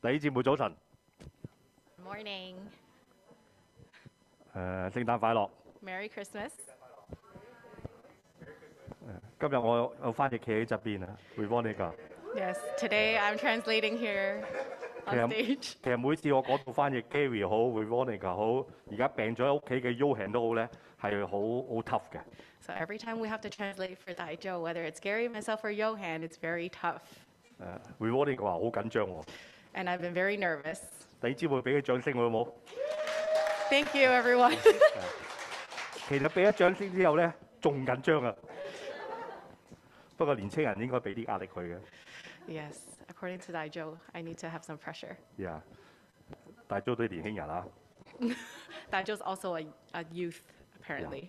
弟兄姊妹早晨，誒、 Morning. 呃聖誕快樂！ Merry Christmas. 今日我有翻譯企喺側邊啊 r e v o n i c a Yes, today I'm translating here Yeah. on stage. 其實每次我講到翻譯 Gary 好 r e v o n i c a 好，而家病咗喺屋企嘅 Yohan 都好咧，係好好 tough 嘅。 So every time we have to translate for Dai Joe, whether it's Gary, myself, or Johan, it's very tough. 誒 r e v o n i c a 話好緊張喎， And I've been very nervous. 弟兄姊妹俾啲掌聲我好冇？ Thank you, everyone. 其實俾咗掌聲之後咧，仲緊張啊！不過年青人應該俾啲壓力佢嘅。 yes, according to Dai Joe, I need to have some pressure. 呀，大都對年輕人啊， Dai Joe's also a, a youth, apparently.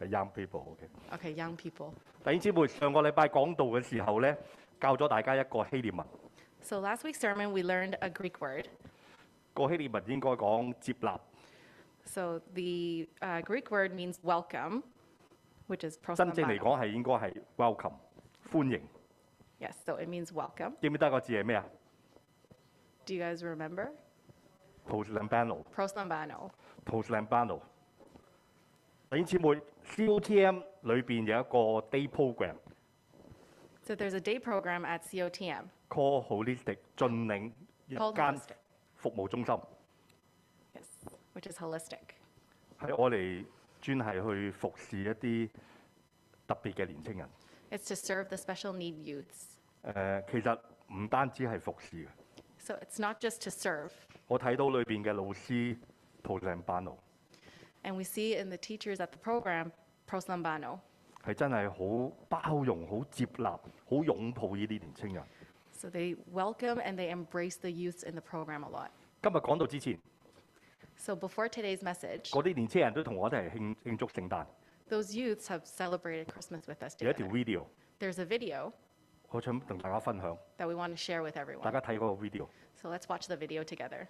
係 young people 嘅。 Okay, young people. 弟兄姊妹，上個禮拜講道嘅時候咧，教咗大家一個希臘文。 So last week's sermon, we learned a Greek word. 個希臘文應該講接納， So the uh, Greek word means welcome, which is 真正嚟 proslamata. 講係應該係 welcome 歡迎。 Yes, so it means welcome. 記唔記得個字係咩啊 Do you guys remember? p o s l a m b a n o Proslambano. p o s l a m b a n o 弟兄姊妹，COTM 裏邊有一個 day program So there's a day program at COTM. call holistic 進領一 Called 間 Holistic 服務中心， Yes, which is holistic. 係我哋專係去服侍一啲特別嘅年青人。 It's to serve the special need youths. 誒、其實唔單止係服侍嘅， So it's not just to serve. 我睇到裏邊嘅老師 p o s l a m b a n o And we see in the teachers at the program, proslambano. 係真係好包容、好接納、好擁抱呢啲年青人。 So they welcome and they embrace the youths in the program a lot. 今日講到之前， So before today's message, 嗰啲年青人都同我哋係慶慶祝聖誕， those youths have celebrated Christmas with us 有一條 together. video， There's a video 我想同大家分享， that we want to share with 大 everyone. 家睇嗰個 video。 So let's watch the video together.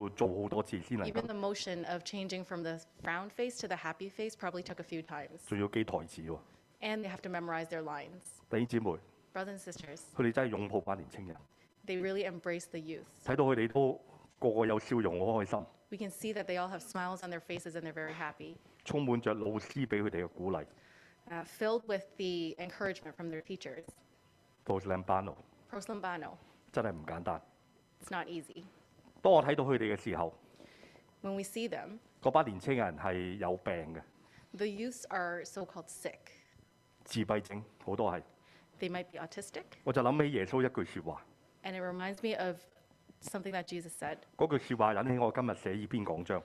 要做好多次先能 Even 夠， the motion of changing from the frown face to the happy face probably took a few times. 仲要記台詞喎。 And they have to memorize their lines. 弟兄姊妹， Brothers and sisters, 佢哋真係擁抱班年青人， they really embrace the youth. 睇到佢哋都個個有笑容，好開心， We can see that they all have smiles on their faces and they're very happy, 充滿着老師俾佢哋嘅鼓勵。 uh, filled with the encouragement from their teachers. p o s l a m b a n o Proslambano, 真係唔簡單。 it's not easy. 當我睇到佢哋嘅時候， When we see them, 嗰班年青人係有病嘅， the youths are so called sick. 自閉症好多係。 They might be autistic. 我就諗起耶穌一句説話， And it reminds me of something that Jesus said. 嗰句説話引起我今日寫呢篇講章。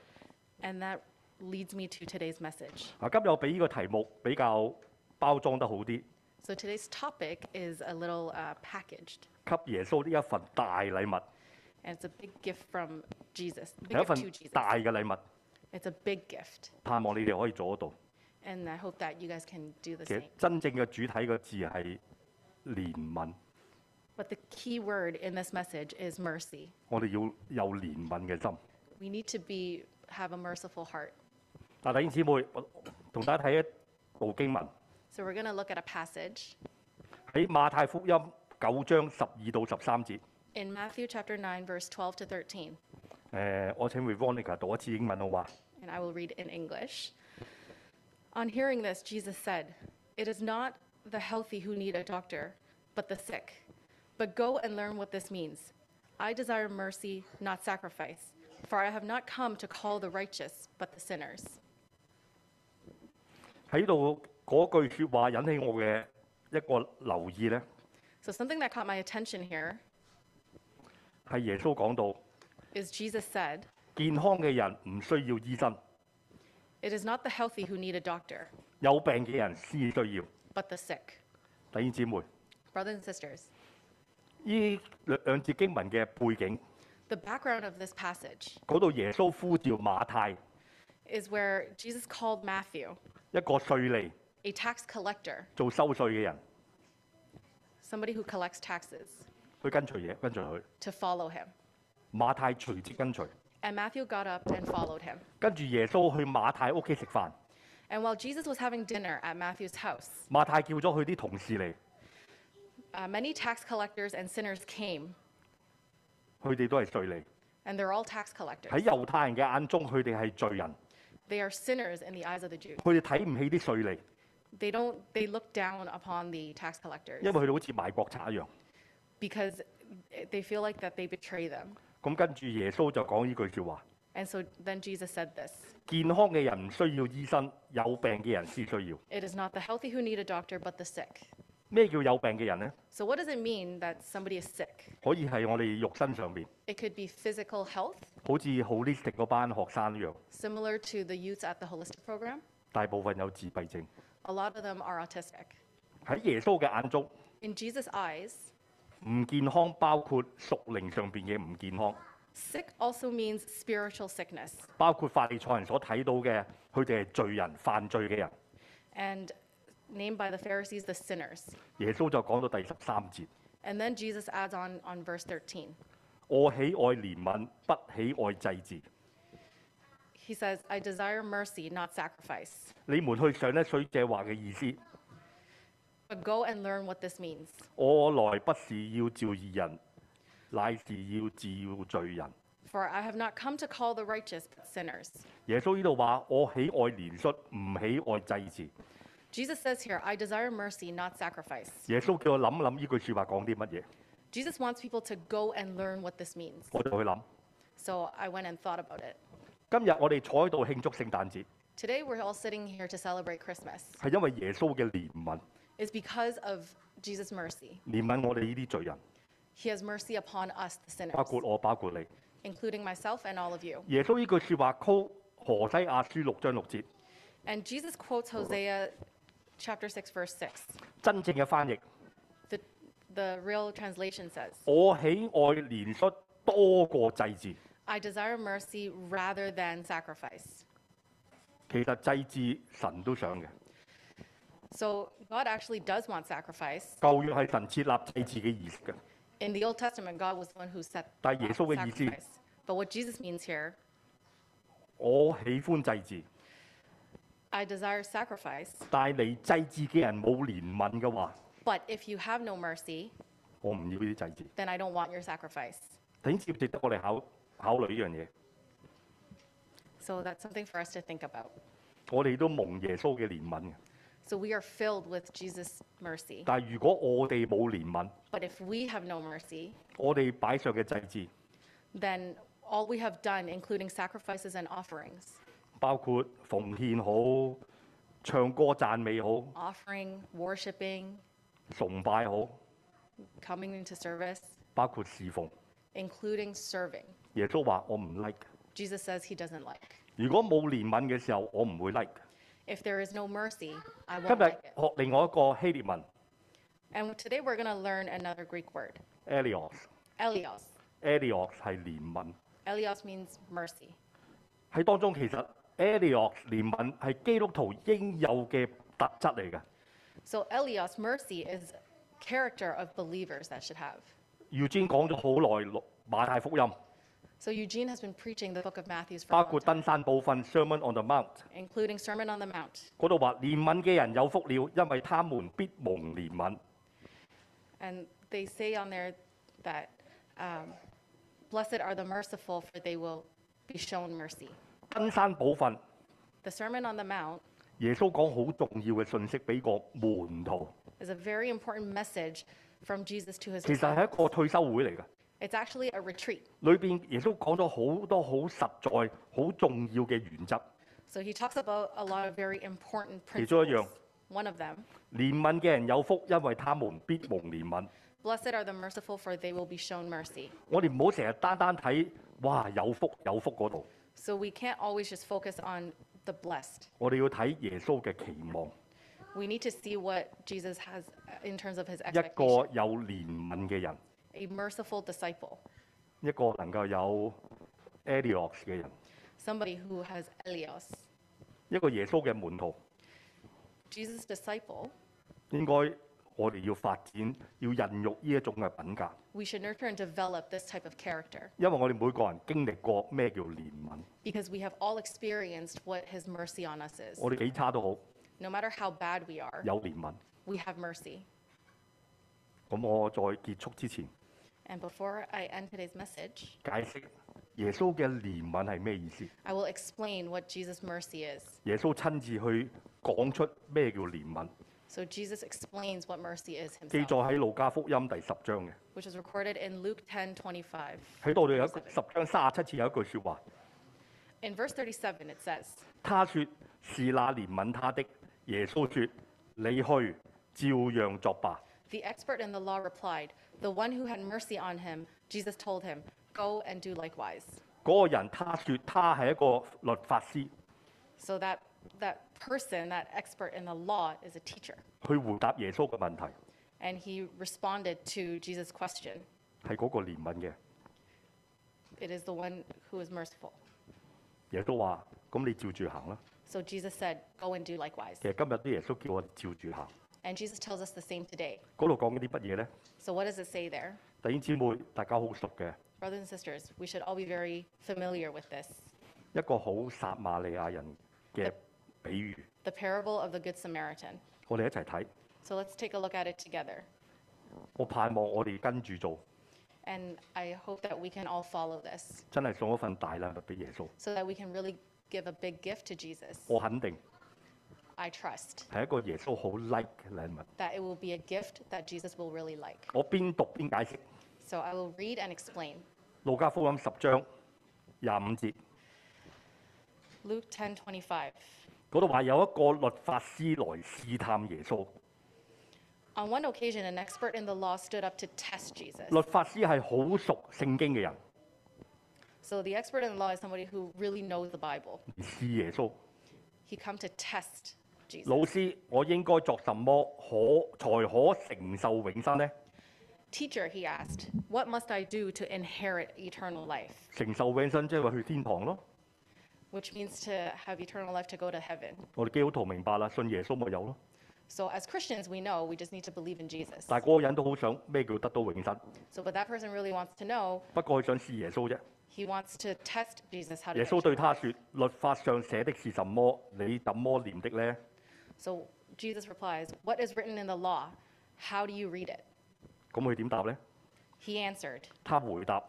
And that leads me to today's message. 啊，今日我俾呢個題目比較包裝得好啲， So today's topic is a little uh, packaged. 給耶穌呢一份大禮物， And it's a big gift from Jesus, 係一 big gift to 份 Jesus. 大嘅禮物， It's a big gift. 盼望你哋可以做得到。 And I hope that you guys can do the 其 same. 實真正嘅主體個字係憐憫， But the key word in this message is mercy. 我哋要有憐憫嘅心。 We need to be have a merciful heart. 嗱，弟兄姊妹，我同大家睇一道經文， So we're going to look at a passage 喺馬太福音九章十二到十三節。 in Matthew chapter 9 verse 12 to 13. 誒、我請 Revonica 讀一次英文好啊話。 and I will read in English. On hearing this, Jesus said, It is not the healthy who need a doctor, but the sick. But go and learn what this means. I desire mercy, not sacrifice, for I have not come to call the righteous, but the sinners. 喺度嗰句説話引起我嘅一個留意呢， So, something that caught my attention here 係耶穌講到 is Jesus said, 健康嘅人唔需要醫生， It is not the healthy who need a doctor, 有病嘅人先需要。 but the sick. 弟兄姊妹， Brothers and sisters, 呢兩兩節經文嘅背景， The background of this passage 嗰度耶穌呼召馬太， is where Jesus called Matthew, 一個税吏 a tax collector, 做收税嘅人， somebody who collects taxes, 去跟隨嘢，跟隨佢。 to follow him. 馬太隨即跟隨， And Matthew got up and followed him. 跟住耶穌去馬太屋企食飯。 And while Jesus was having dinner at Matthew's house, 馬太叫咗佢啲同事嚟， uh, many tax collectors and sinners came, 佢哋都係罪吏。 and they're all tax collectors. 喺猶太人嘅眼中，佢哋係罪人， They are sinners in the eyes of the Jews. 佢哋睇唔起啲罪吏， They don't. They look down upon the tax collectors 因為佢哋好似賣國賊一樣。 because they feel like that they betray them. 咁跟住耶穌就講呢句説話： And so then Jesus said this: 健康嘅人唔需要醫生，有病嘅人先需要。 It is not the healthy who need a doctor, but the sick. 咩叫有病嘅人呢？ So what does it mean that somebody is sick? 可以係我哋肉身上面， It could be physical health, 好似 holistic 嗰班學生一樣， similar to the youths at the holistic program. 大部分有自閉症。 A lot of them are autistic. 喺耶穌嘅眼中， In Jesus' eyes, 唔健康包括屬靈上邊嘅唔健康， sick also means spiritual sickness. 包括法利賽人所睇到嘅，佢哋係罪人、犯罪嘅人。 and named by the Pharisees the sinners. 耶穌就講到第十三節： And then Jesus adds on on verse 13. 我喜愛憐憫，不喜愛祭祀。 He says, I desire mercy, not sacrifice. 你們去上一水借話嘅意思， But go and learn what this means. 我來不是要召義人，乃是要召罪人。 For I have not come to call the righteous, but sinners. 耶穌呢度話：我喜愛憐恤，唔喜愛祭祀。 Jesus says here, I desire mercy, not sacrifice. 耶穌叫我諗諗呢句説話講啲乜嘢， Jesus wants people to go and learn what this means. 我就去諗。 So I went and thought about it. 今日我哋坐喺度慶祝聖誕節， Today we're all sitting here to celebrate Christmas. 係因為耶穌嘅憐憫， It's because of Jesus' mercy. 憐憫我哋呢啲罪人， He has mercy upon us, the 包 sinners, 括我，包括你。 including myself and all of you. 耶穌呢句説話 call 何西亞書六章六節， And Jesus quotes Hosea chapter 6, verse 6. 真正嘅翻譯： The, the real translation says, 我喜愛憐恤多過祭祀。 I desire mercy rather than sacrifice. 其實祭祀神都想嘅， So God actually does want sacrifice. 舊約係神設立祭祀嘅儀式嘅， In the Old Testament, God was the one who set uh, 但係耶穌嘅意思， sacrifice. But what Jesus means here, 我喜歡祭祀， I desire sacrifice, 但係嚟祭祀嘅人冇憐憫嘅話， but if you have no mercy, 我唔要呢啲祭祀。 then I don't want your sacrifice. 頂接值得我哋考考慮呢樣嘢。 So that's something for us to think about. 我哋都蒙耶穌嘅憐憫嘅， So we are filled with Jesus' mercy. 但係如果我哋冇憐憫， But if we have no mercy, 我哋擺上嘅祭祀， then all we have done, including sacrifices and offerings, 包括奉獻好、唱歌讚美好、 offering, worshiping, 崇拜好， coming into service, 包括侍奉， including serving. 耶穌話我唔 like 嘅。 Jesus says he doesn't like. 如果冇憐憫嘅時候，我唔會 like 嘅。 If there is no mercy, I 今 won't 日 like it. 學另外一個希臘文 And today we're going to learn another Greek word, Elios，Elios elios. 係憐憫。 Elios means mercy. 喺當中其實 Elios 憐憫係基督徒應有嘅特質嚟嘅。 So elios, mercy, is character of believers that should have. 姚尊講咗好耐六馬太福音。 So Eugene has been preaching the book of Matthew for a 包 long 括 time, 登山部分 Sermon on the Mount including Sermon on the Mount. 嗰度話：憐憫嘅人有福了，因為他們必蒙憐憫。 And they say on there that um, blessed are the merciful, for they will be shown mercy. 登山部分， The Sermon on the Mount 耶穌講好重要嘅信息俾個門徒， is a very important message from Jesus to his 其實係 disciples. 一個退休會嚟嘅。 It's actually a retreat. 裏邊耶穌講咗好多好實在、好重要嘅原則。 So he talks about a lot of very important 其中一樣。 principles. One of them, 憐憫嘅人有福，因為他們必蒙憐憫。 blessed are the merciful, for they will be shown mercy. 我哋唔好成日單單睇哇有福有福嗰度， So we can't always just focus on the blessed. 我哋要睇耶穌嘅期望， We need to see what Jesus has uh, in terms of his 一個 expectation. 有憐憫嘅人， a merciful disciple, 一個能夠有 Elios 嘅人， somebody who has elios. 一個耶穌嘅門徒， Jesus' disciple, 應該我哋要發展，要孕育呢一種嘅品格， we should nurture and develop this type of character 因為我哋每個人經歷過咩叫憐憫， because we have all experienced what his mercy on us is. 我哋幾差都好， No matter how bad we are, 有憐憫。 we have mercy. 咁我在結束之前 And before I end today's message, 解釋耶穌嘅憐憫係咩意思。 I will explain what Jesus' mercy is. 耶穌親自去講出咩叫憐憫， So Jesus explains what mercy is 記 himself, 載喺路加福音第十章嘅。 which is recorded in Luke 10:25. 喺度我哋有一句十章三十七次有一句説話， In verse 37 it says, 他說是那憐憫他的。耶穌說：你去，照樣作吧。 "The expert in the law replied, "The one who had mercy on him." Jesus told him, "Go and do likewise." 嗰、個人他說他係一個律法師， So that that person, that expert in the law is a teacher. 去回答耶穌嘅問題， And he responded to Jesus' question. 係嗰個憐憫嘅。 It is the one who is merciful. 耶穌話：咁你照住行啦。 So Jesus said, "Go and do likewise." 其實今日啲耶穌叫我哋照住行。 And Jesus tells us the same today. 嗰度講緊啲乜嘢呢？ So what does it say there? 弟兄姊妹，大家好熟嘅 Brothers and sisters, we should all be very familiar with this. 一個好撒瑪利亞人嘅比喻， The parable of the good Samaritan. 我哋一齊睇。 So let's take a look at it together. 我盼望我哋跟住做， And I hope that we can all follow this 真係送一份大禮物俾耶穌。 so that we can really give a big gift to Jesus. 我肯定 I trust 係一個耶穌好 like 嘅禮物。 that it will be a gift that Jesus will really like. 我邊讀邊解釋《 So I will read and explain. 路加福音》十章廿五節， Luke 10:25. 嗰度話有一個律法師來試探耶穌。 On one occasion, an expert in the law stood up to test Jesus. 律法師係好熟聖經嘅人 So the expert in the law is somebody who really knows the Bible. 嚟試耶穌。 He come to test Jesus. 老師，我應該作什麼可才可承受永生呢？ Teacher, he asked, what must I do to inherit eternal life? 承受永生即係話去天堂咯。 Which means to have eternal life to go to heaven. 我哋基督徒明白啦，信耶穌咪有咯。 So as Christians, we know we just need to believe in Jesus. 但係嗰個人都好想咩叫得到永生， So what that person really wants to know, 不過佢想試耶穌啫。 he wants to test Jesus how to. 耶 get 穌對他說：律法上寫的是什麼？你怎麼念的呢？ So Jesus replies, What is written in the law? How do you read it? 咁佢點答呢？ He answered, 他回答：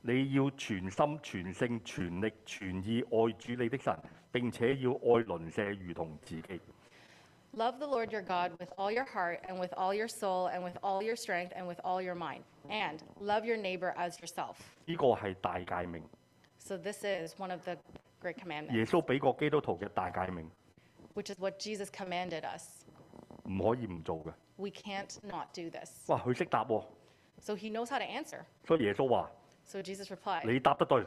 你要全心、全性、全力、全意愛主你的神，並且要愛鄰舍如同自己。 Love the Lord your God with all your heart and with all your soul and with all your strength and with all your mind. And love your neighbor as yourself. 呢個係大戒命。 So this is one of the great commandments, 耶穌俾個基督徒嘅大戒命， which is what Jesus commanded us. 唔可以唔做嘅。 We can't not do this. 哇！佢識答喎， So he knows how to answer. 所以耶穌話： So Jesus replied, 你答得對，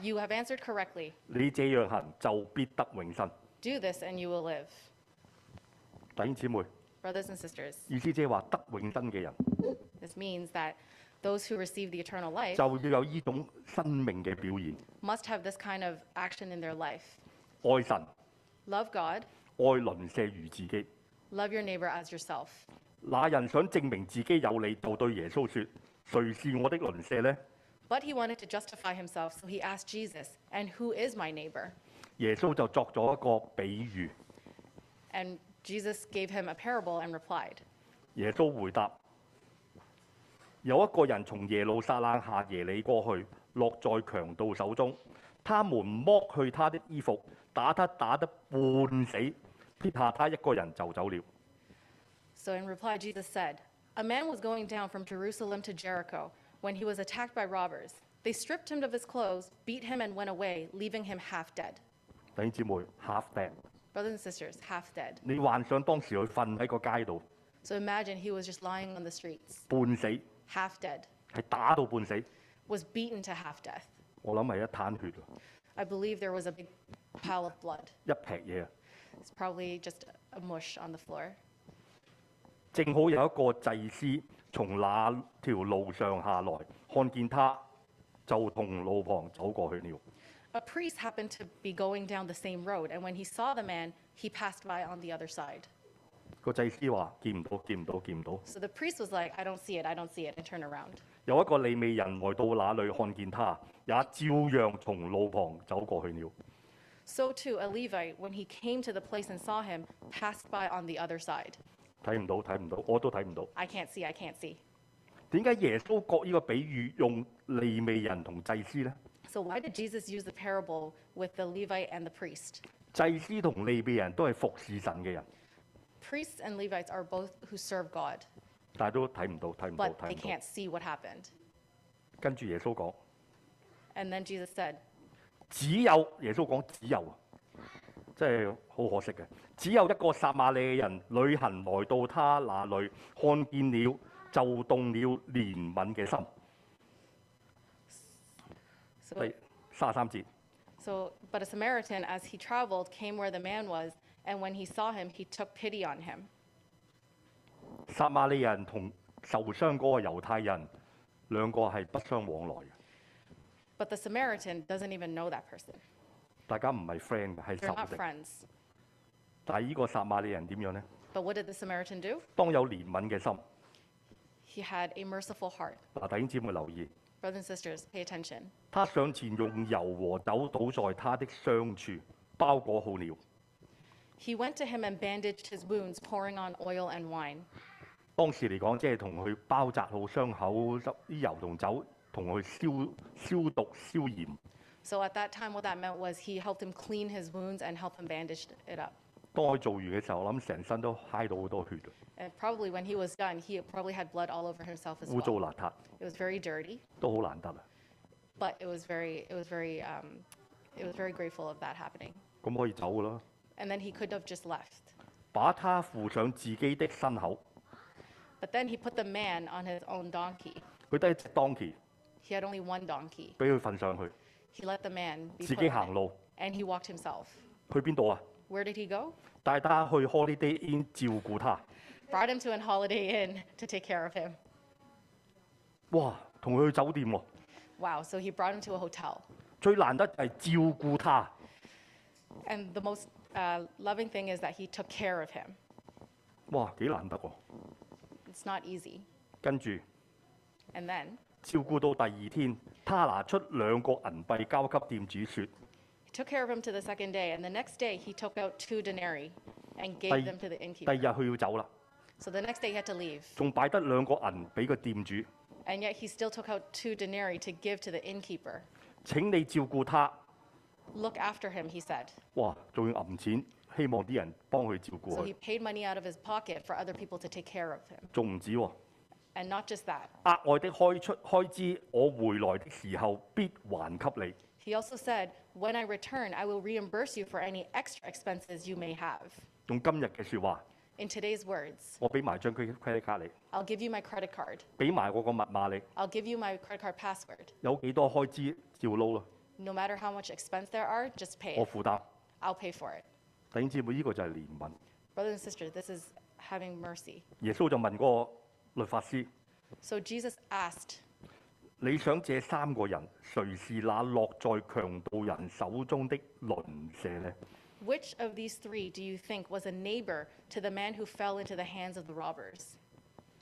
You have answered correctly. 你這樣行就必得永生。 Do this and you will live. 弟兄姊妹， Brothers and sisters, 意思即係話得永生嘅人 this means that those who receive the eternal life 就要有呢種生命嘅表現， must have this kind of action in their life. 愛神、 Love God, 愛鄰舍如自己。 love your neighbor as yourself. 那人想證明自己有理，就對耶穌說：誰是我的鄰舍呢？ But he wanted to justify himself, so he asked Jesus, And who is my neighbor? 耶穌就作咗一個比喻。 And Jesus gave him a parable and replied, 耶穌回答：有一個人從耶路撒冷下耶里過去，落在強盜手中，他們剝去他的衣服，打他打得半死，撇下他一個人就走了。 So in reply, Jesus said, A man was going down from Jerusalem to Jericho when he was attacked by robbers. They stripped him of his clothes, beat him, and went away, leaving him half dead. 弟兄姊妹，half dead。 Brothers and sisters, half dead. 你幻想當時佢瞓喺個街度， So imagine he was just lying on the streets, 半死，係 half dead, 打到半死， was beaten to half death. 我諗係一攤血啊， I believe there was a big pile of blood. 一劈嘢啊！ It's probably just a mush on the floor. 正好有一個祭司從那條路上下來，看見他，就同路旁走過去了。 A priest happened to be going down the same road, and when he saw the man, he passed by on the other side. 個祭司話：見唔到，見唔到，見唔到。 So the priest was like, I don't see it, I don't see it, and turned around. 有一個利未人來到那裏，看見他，也照樣從路旁走過去了。 So too, a Levite, when he came to the place and saw him, passed by on the other side. 睇唔到，睇唔到，我都睇唔到。 I can't see, I can't see. 點解耶穌割呢個比喻用利未人同祭司呢？ So why did Jesus use the parable with the Levite and the priest? 祭司同利未人都係服侍神嘅人， Priests and Levites are both who serve God, 但係都睇唔到，睇唔到， but they 睇唔到。 can't see what happened. 跟住耶穌講， And then Jesus said, 只有耶穌講只有啊，真係好可惜嘅。只有一個撒瑪利亞人旅行來到他那裏，看見了就動了憐憫嘅心。 so, 第三十三節。 so, but a Samaritan, as he traveled, came where the man was, and when he saw him, he took pity on him. 撒瑪利亞人同受傷嗰個猶太人兩個係不相往來嘅， But the Samaritan doesn't even know that person. 大家唔係 friend 嘅，係 They're not 仇敵。 friends. 但係呢個撒瑪利亞人點樣呢？ But what did the Samaritan do? 當有憐憫嘅心， He had a merciful heart. 嗱弟兄姊妹留意， Brothers and sisters, pay attention. 他上前用油和酒倒在他的傷處，包裹好了。 He went to him and bandaged his wounds, pouring on oil and wine. 當時嚟講，即係同佢包紮好傷口，執啲油同酒同佢消消毒消炎。 So at that time, what that meant was he helped him clean his wounds and helped him bandage it up. 當佢做完嘅時候，我諗成身都揩到好多血，啊 And probably when he was done, he probably had blood all over himself as 污糟 well. 邋遢， It was very dirty, 都好難得啊！ but it was very, it was very, um, it was very grateful of that happening. 咁可以走噶啦。 And then he could have just left. 把他扶上自己的身口。 But then he put the man on his own donkey. 佢得一隻 donkey， He had only one donkey. 俾佢瞓上去， He let the man be 自 put 己 on it, 行路 and he walked himself. 去邊度啊？ Where did he go? 帶他去 Holiday Inn 照顧他。 Brought him to an Holiday Inn to take care of him. 哇，同佢去酒店喎、 Wow, so he brought him to a hotel. 最難得就係照顧他。 And the most uh, loving thing is that he took care of him. 哇，幾難得喎、 It's not easy. 跟住 And then 照顧到第二天，他拿出兩個銀幣交給店主，說： he took care of him to the second day. And the next day, he took out two denarii and gave Tay- them to the 第二 innkeeper. 日佢要走啦， So the next day, he had to leave. 仲擺得兩個銀俾個店主。 And yet, he still took out two denarii to give to the innkeeper. 請你照顧他。 Look after him, he said. 哇，仲要揞錢，希望啲人幫佢照顧 So he 佢。 paid money out of his pocket for other people to take care of him. 仲唔止喎、 And not just that, 額外的開出開支，我回來的時候必還給你。 he also said, When I return, I will reimburse you for any extra expenses you may have. 用今日嘅説話， In today's words, 我俾埋張 credit credit card 你， I'll give you my credit card. 俾埋我個密碼你， I'll give you my credit card password. 有幾多開支照撈啦， No matter how much expense there are, just pay 我 it. 負擔。 I'll pay for it. 弟兄姊妹，呢、個就係憐憫。 Brothers and sisters, this is having mercy. 耶穌就問嗰個律法師： So Jesus asked, 你想這三個人，誰是那落在強盜人手中的鄰舍呢？ Which of these three do you think was a neighbor to the man who fell into the hands of the robbers?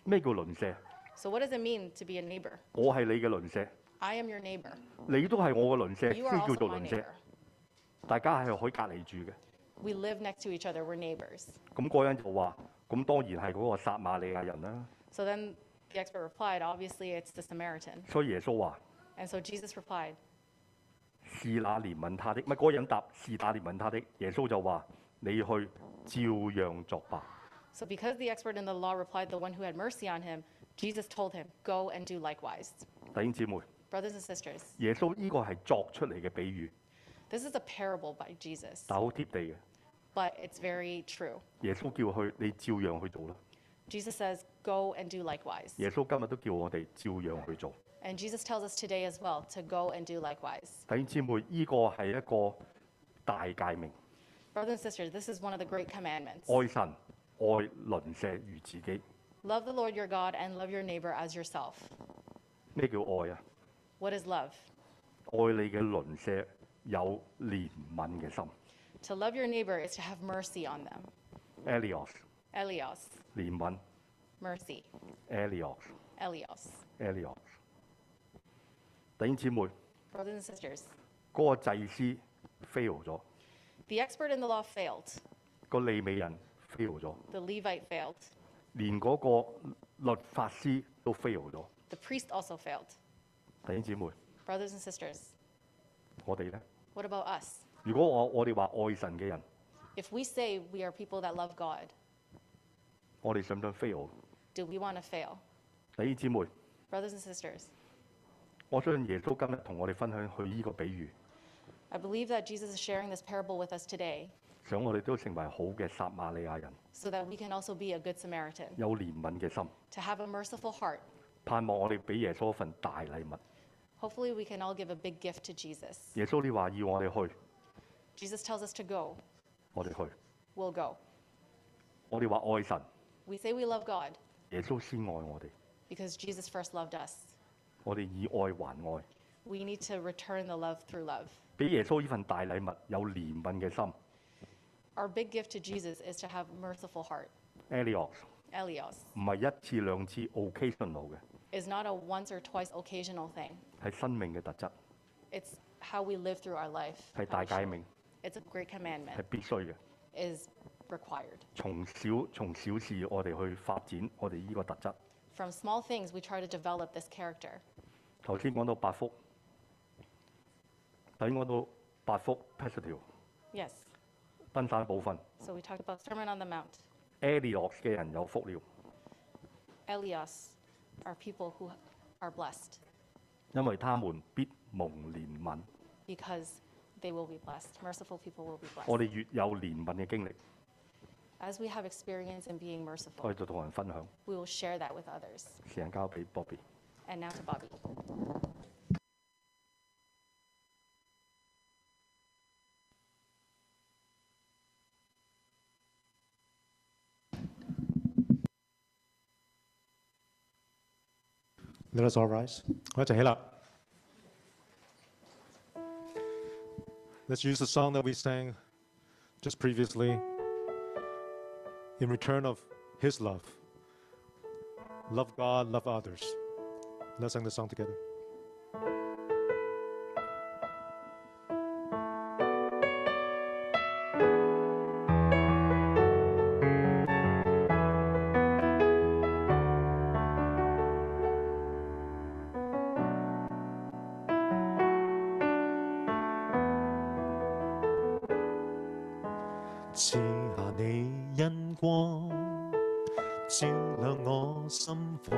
咩叫鄰舍？ So, what does it mean to be a neighbor? 我係你嘅鄰舍， I am your neighbor. 你都係我嘅鄰舍，先 You are 叫 also 做 my 鄰舍 neighbor.。大家係可以隔離住嘅。 We live next to each other, we're neighbors. 咁嗰人就話：咁當然係嗰個撒瑪利亞人啦。 So then the expert replied, Obviously, it's the Samaritan. 所以耶穌話： And so Jesus replied, 是那憐憫他的，咪嗰個人答是那憐憫他的。耶穌就話：你去照樣作吧。 So because the expert in the law replied, the one who had mercy on him, Jesus told him, Go and do likewise. 弟兄姊妹， Brothers and sisters, 耶穌呢個係作出嚟嘅比喻， this is a parable by Jesus, 但好貼地嘅。 but it's very true. 耶穌叫佢你照樣去做啦。 Jesus says, Go and do likewise. 耶穌今日都叫我哋照樣去做。 And Jesus tells us today as well to go and do likewise. 弟兄姊妹，呢、個係一個大誡命，Oh, Brothers and sisters, this is one of the great commandments. 愛神、愛鄰舍如自己。 Love the Lord your God and love your neighbor as yourself. 咩叫愛啊？ What is love? 愛你嘅鄰舍有憐憫嘅心。 To love your neighbor is to have mercy on them. Elios， Elios, 憐憫 mercy. ，Elios，Elios。 Elios. Elios 弟兄姊妹， Brothers and sisters, 嗰、個祭司 fail 咗， the expert in the law failed. 個利美人 fail 咗， The Levite failed. 連嗰個律法師都 fail 咗。 The priest also failed. 弟兄姊妹， Brothers and sisters, 我哋呢？ what about us? 如果我我哋話愛神嘅人， If we say we are people that love God, 我哋想唔想 fail？ do we want to fail? 弟兄姊妹， Brothers and sisters, 我相信耶穌今日同我哋分享佢呢個比喻， I believe that Jesus is sharing this parable with us today 想我哋都成為好嘅撒瑪利亞人， so that we can also be a good Samaritan, 有憐憫嘅心， to have a merciful heart. 盼望我哋俾耶穌一份大禮物。 Hopefully, we can all give a big gift to Jesus. 耶穌你話要我哋去， Jesus tells us to go, 我哋去。 we'll go. 我哋話愛神， We say we love God 耶穌先愛我哋， because Jesus first loved us. 我哋以愛還愛， We need to return the love through love. 俾耶穌呢份大禮物，有憐憫嘅心。 Our big gift to Jesus is to have merciful heart. Elios Elios 唔係一次兩次 occasional 嘅， is not a once or twice occasional thing. 係生命嘅特質， It's how we live through our life. 係 how 大 we 誡 show- 命， It's a great 係 commandment. 必須嘅。 Is required. 從小從小事我哋去發展我哋呢個特質。 From small things, we try to develop this character. 頭先講到八福，頭先講到八福 p e s t i l Yes. 登山部分 So we talked about Sermon on the Mount. Elios 嘅人有福了， Elios are people who are blessed 因為他們必蒙憐憫。 because they will be blessed. Merciful people will be blessed. 我哋越有憐憫嘅經歷， As we have experience in being merciful, 我哋就同人分享。 we will share that with others. 時間交俾 Bobby。 And now to Bobby. Let us all rise. 我一齊起立。Let's use the song that we sang just previously. In return of His love, love God, love others. Let's sing the song together. chiếu hạ Ngài ân quang, chiếu亮我心房，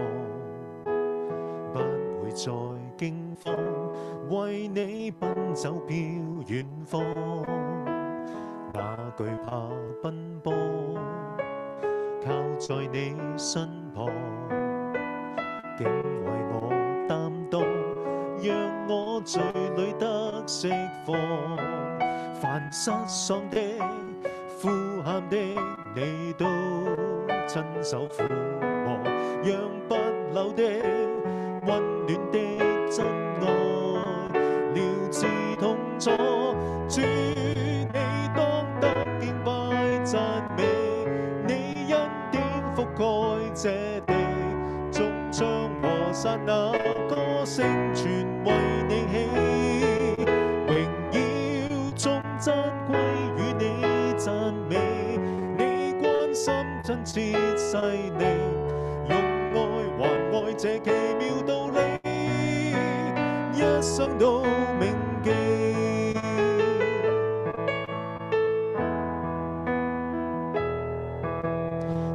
不會再驚慌，為你奔走漂遠方，那懼怕奔波，靠在你身旁，竟為我擔當，讓我罪裏得釋放。凡失喪的、呼喊的，你都親手撫摸，讓不朽的、温暖的真愛療治痛楚。主，你當得敬拜讚美，你恩典覆蓋這地，眾唱和散那歌聲全為你起。榮耀頌讚歸於你讚美，你關心真切細膩，用愛還愛這奇妙道理，一生都銘記。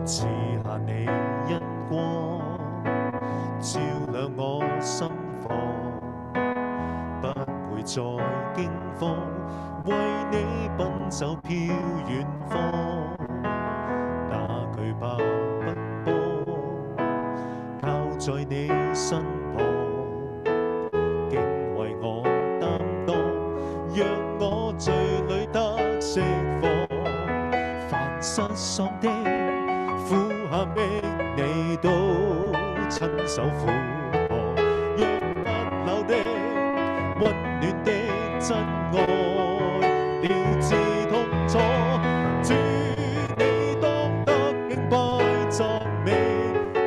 賜下你恩光，照亮我心房。不會再驚慌，為你奔走漂遠方。那懼怕奔波，靠在你身旁，竟為我擔當，讓我罪裏得釋放。凡失喪的、苦喊的，你到親手撫摸，讓不朽的温暖的真愛了知痛楚。主你當得敬拜讚美，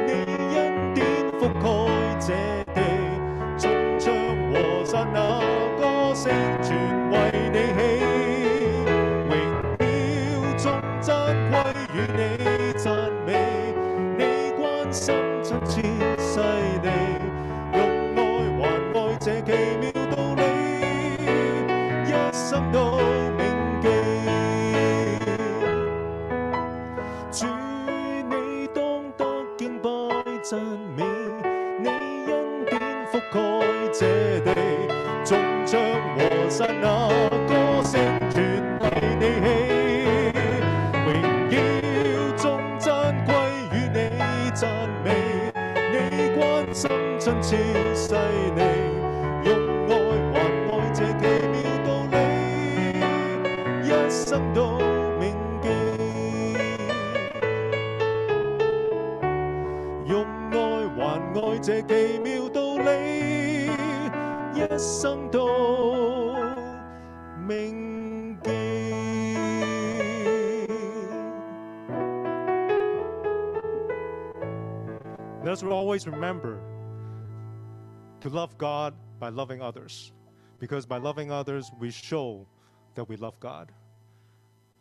你恩典覆蓋這地，盡唱和散那歌聲，全為你起。榮耀中珍歸與你讚美，你關心親切細膩，用愛還愛這奇妙道理，一生都銘記。主你當得敬拜讚美，你恩典覆蓋這地，眾將和散那歌聲全為你起，榮耀頌讚歸與你讚美，你關心親切細膩，用愛還愛這奇妙道理，一生都銘記。用愛還愛這奇妙道理，一生都銘記。Let us always remember to love God by loving others, because by loving others we show that we love God.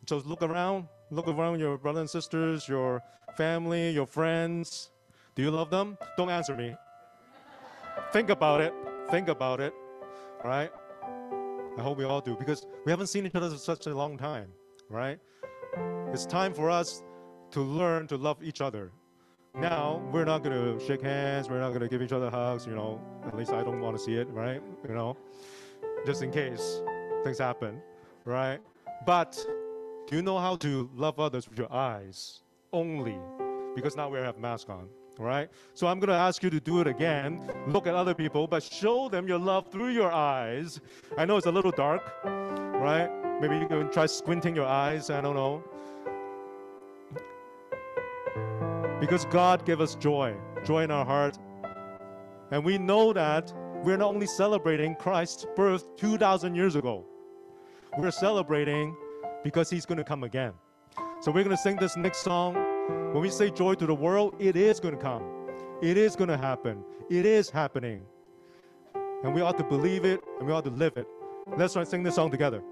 So look around, look around your brothers and sisters, your family, your friends. Do you love them? Don't answer me. Think about it. Think about it. All right? I hope we all do because we haven't seen each other for such a long time, right? It's time for us to learn to love each other. Now, we're not going to shake hands, we're not going to give each other hugs, you know. At least I don't want to see it, right? You know, just in case things happen, right? But you know how to love others with your eyes only because now we have masks on all right so i'm going to ask you to do it again look at other people but show them your love through your eyes i know it's a little dark right maybe you can try squinting your eyes i don't know because god gave us joy joy in our heart and we know that we're not only celebrating christ's birth 2000 years ago we're celebrating because he's going to come again. So we're going to sing this next song. When we say joy to the world, it is going to come. It is going to happen. It is happening. And we ought to believe it and we ought to live it. Let's try and sing this song together.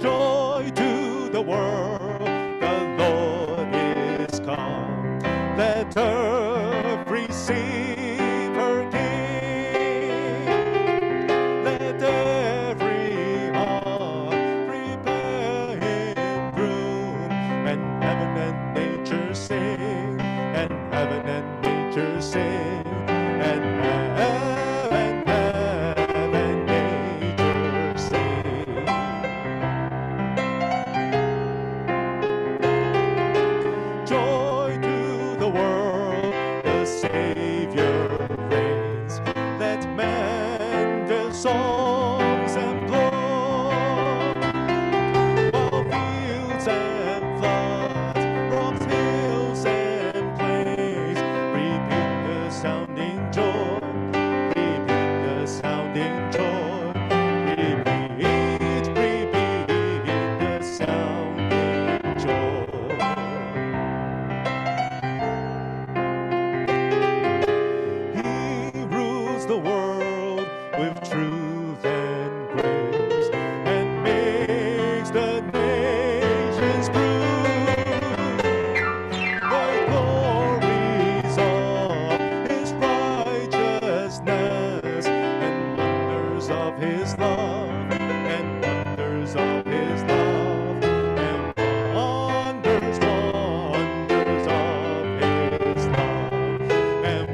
joy to the world. The Lord is come. Let earth receive her King. Let every heart prepare him room, and heaven and nature sing, and heaven and nature sing. And heaven and nature sing. joy to the world. The Savior reigns. Let men their songs employ. While fields and floods, rocks, hills and plains, repeat the sounding joy. Repeat the sounding joy. Repeat, repeat the sounding joy. He rules the world with truth and grace and makes the nations prove the glories of his righteousness and wonders of his love and wonders of his love and wonders, wonders of his love and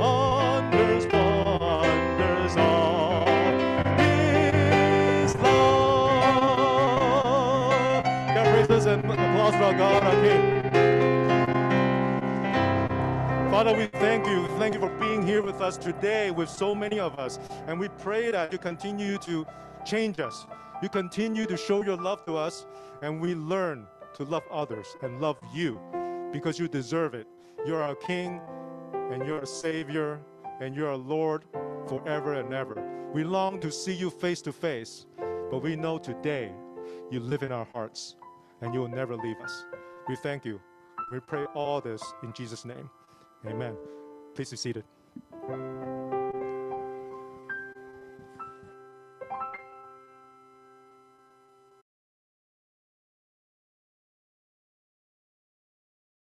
wonders, wonders of His love. Can praise this and applause for our God, our King. Father, we thank you. We Thank you for being here with us today, with so many of us. And we pray that you continue to change us. You continue to show your love to us, and we learn to love others and love you because you deserve it. You're our King, and you're a Savior, and you're a Lord forever and ever. We long to see you face to face, but we know today you live in our hearts, and you will never leave us. We thank you. We pray all this in Jesus' name. Amen. Please be seated.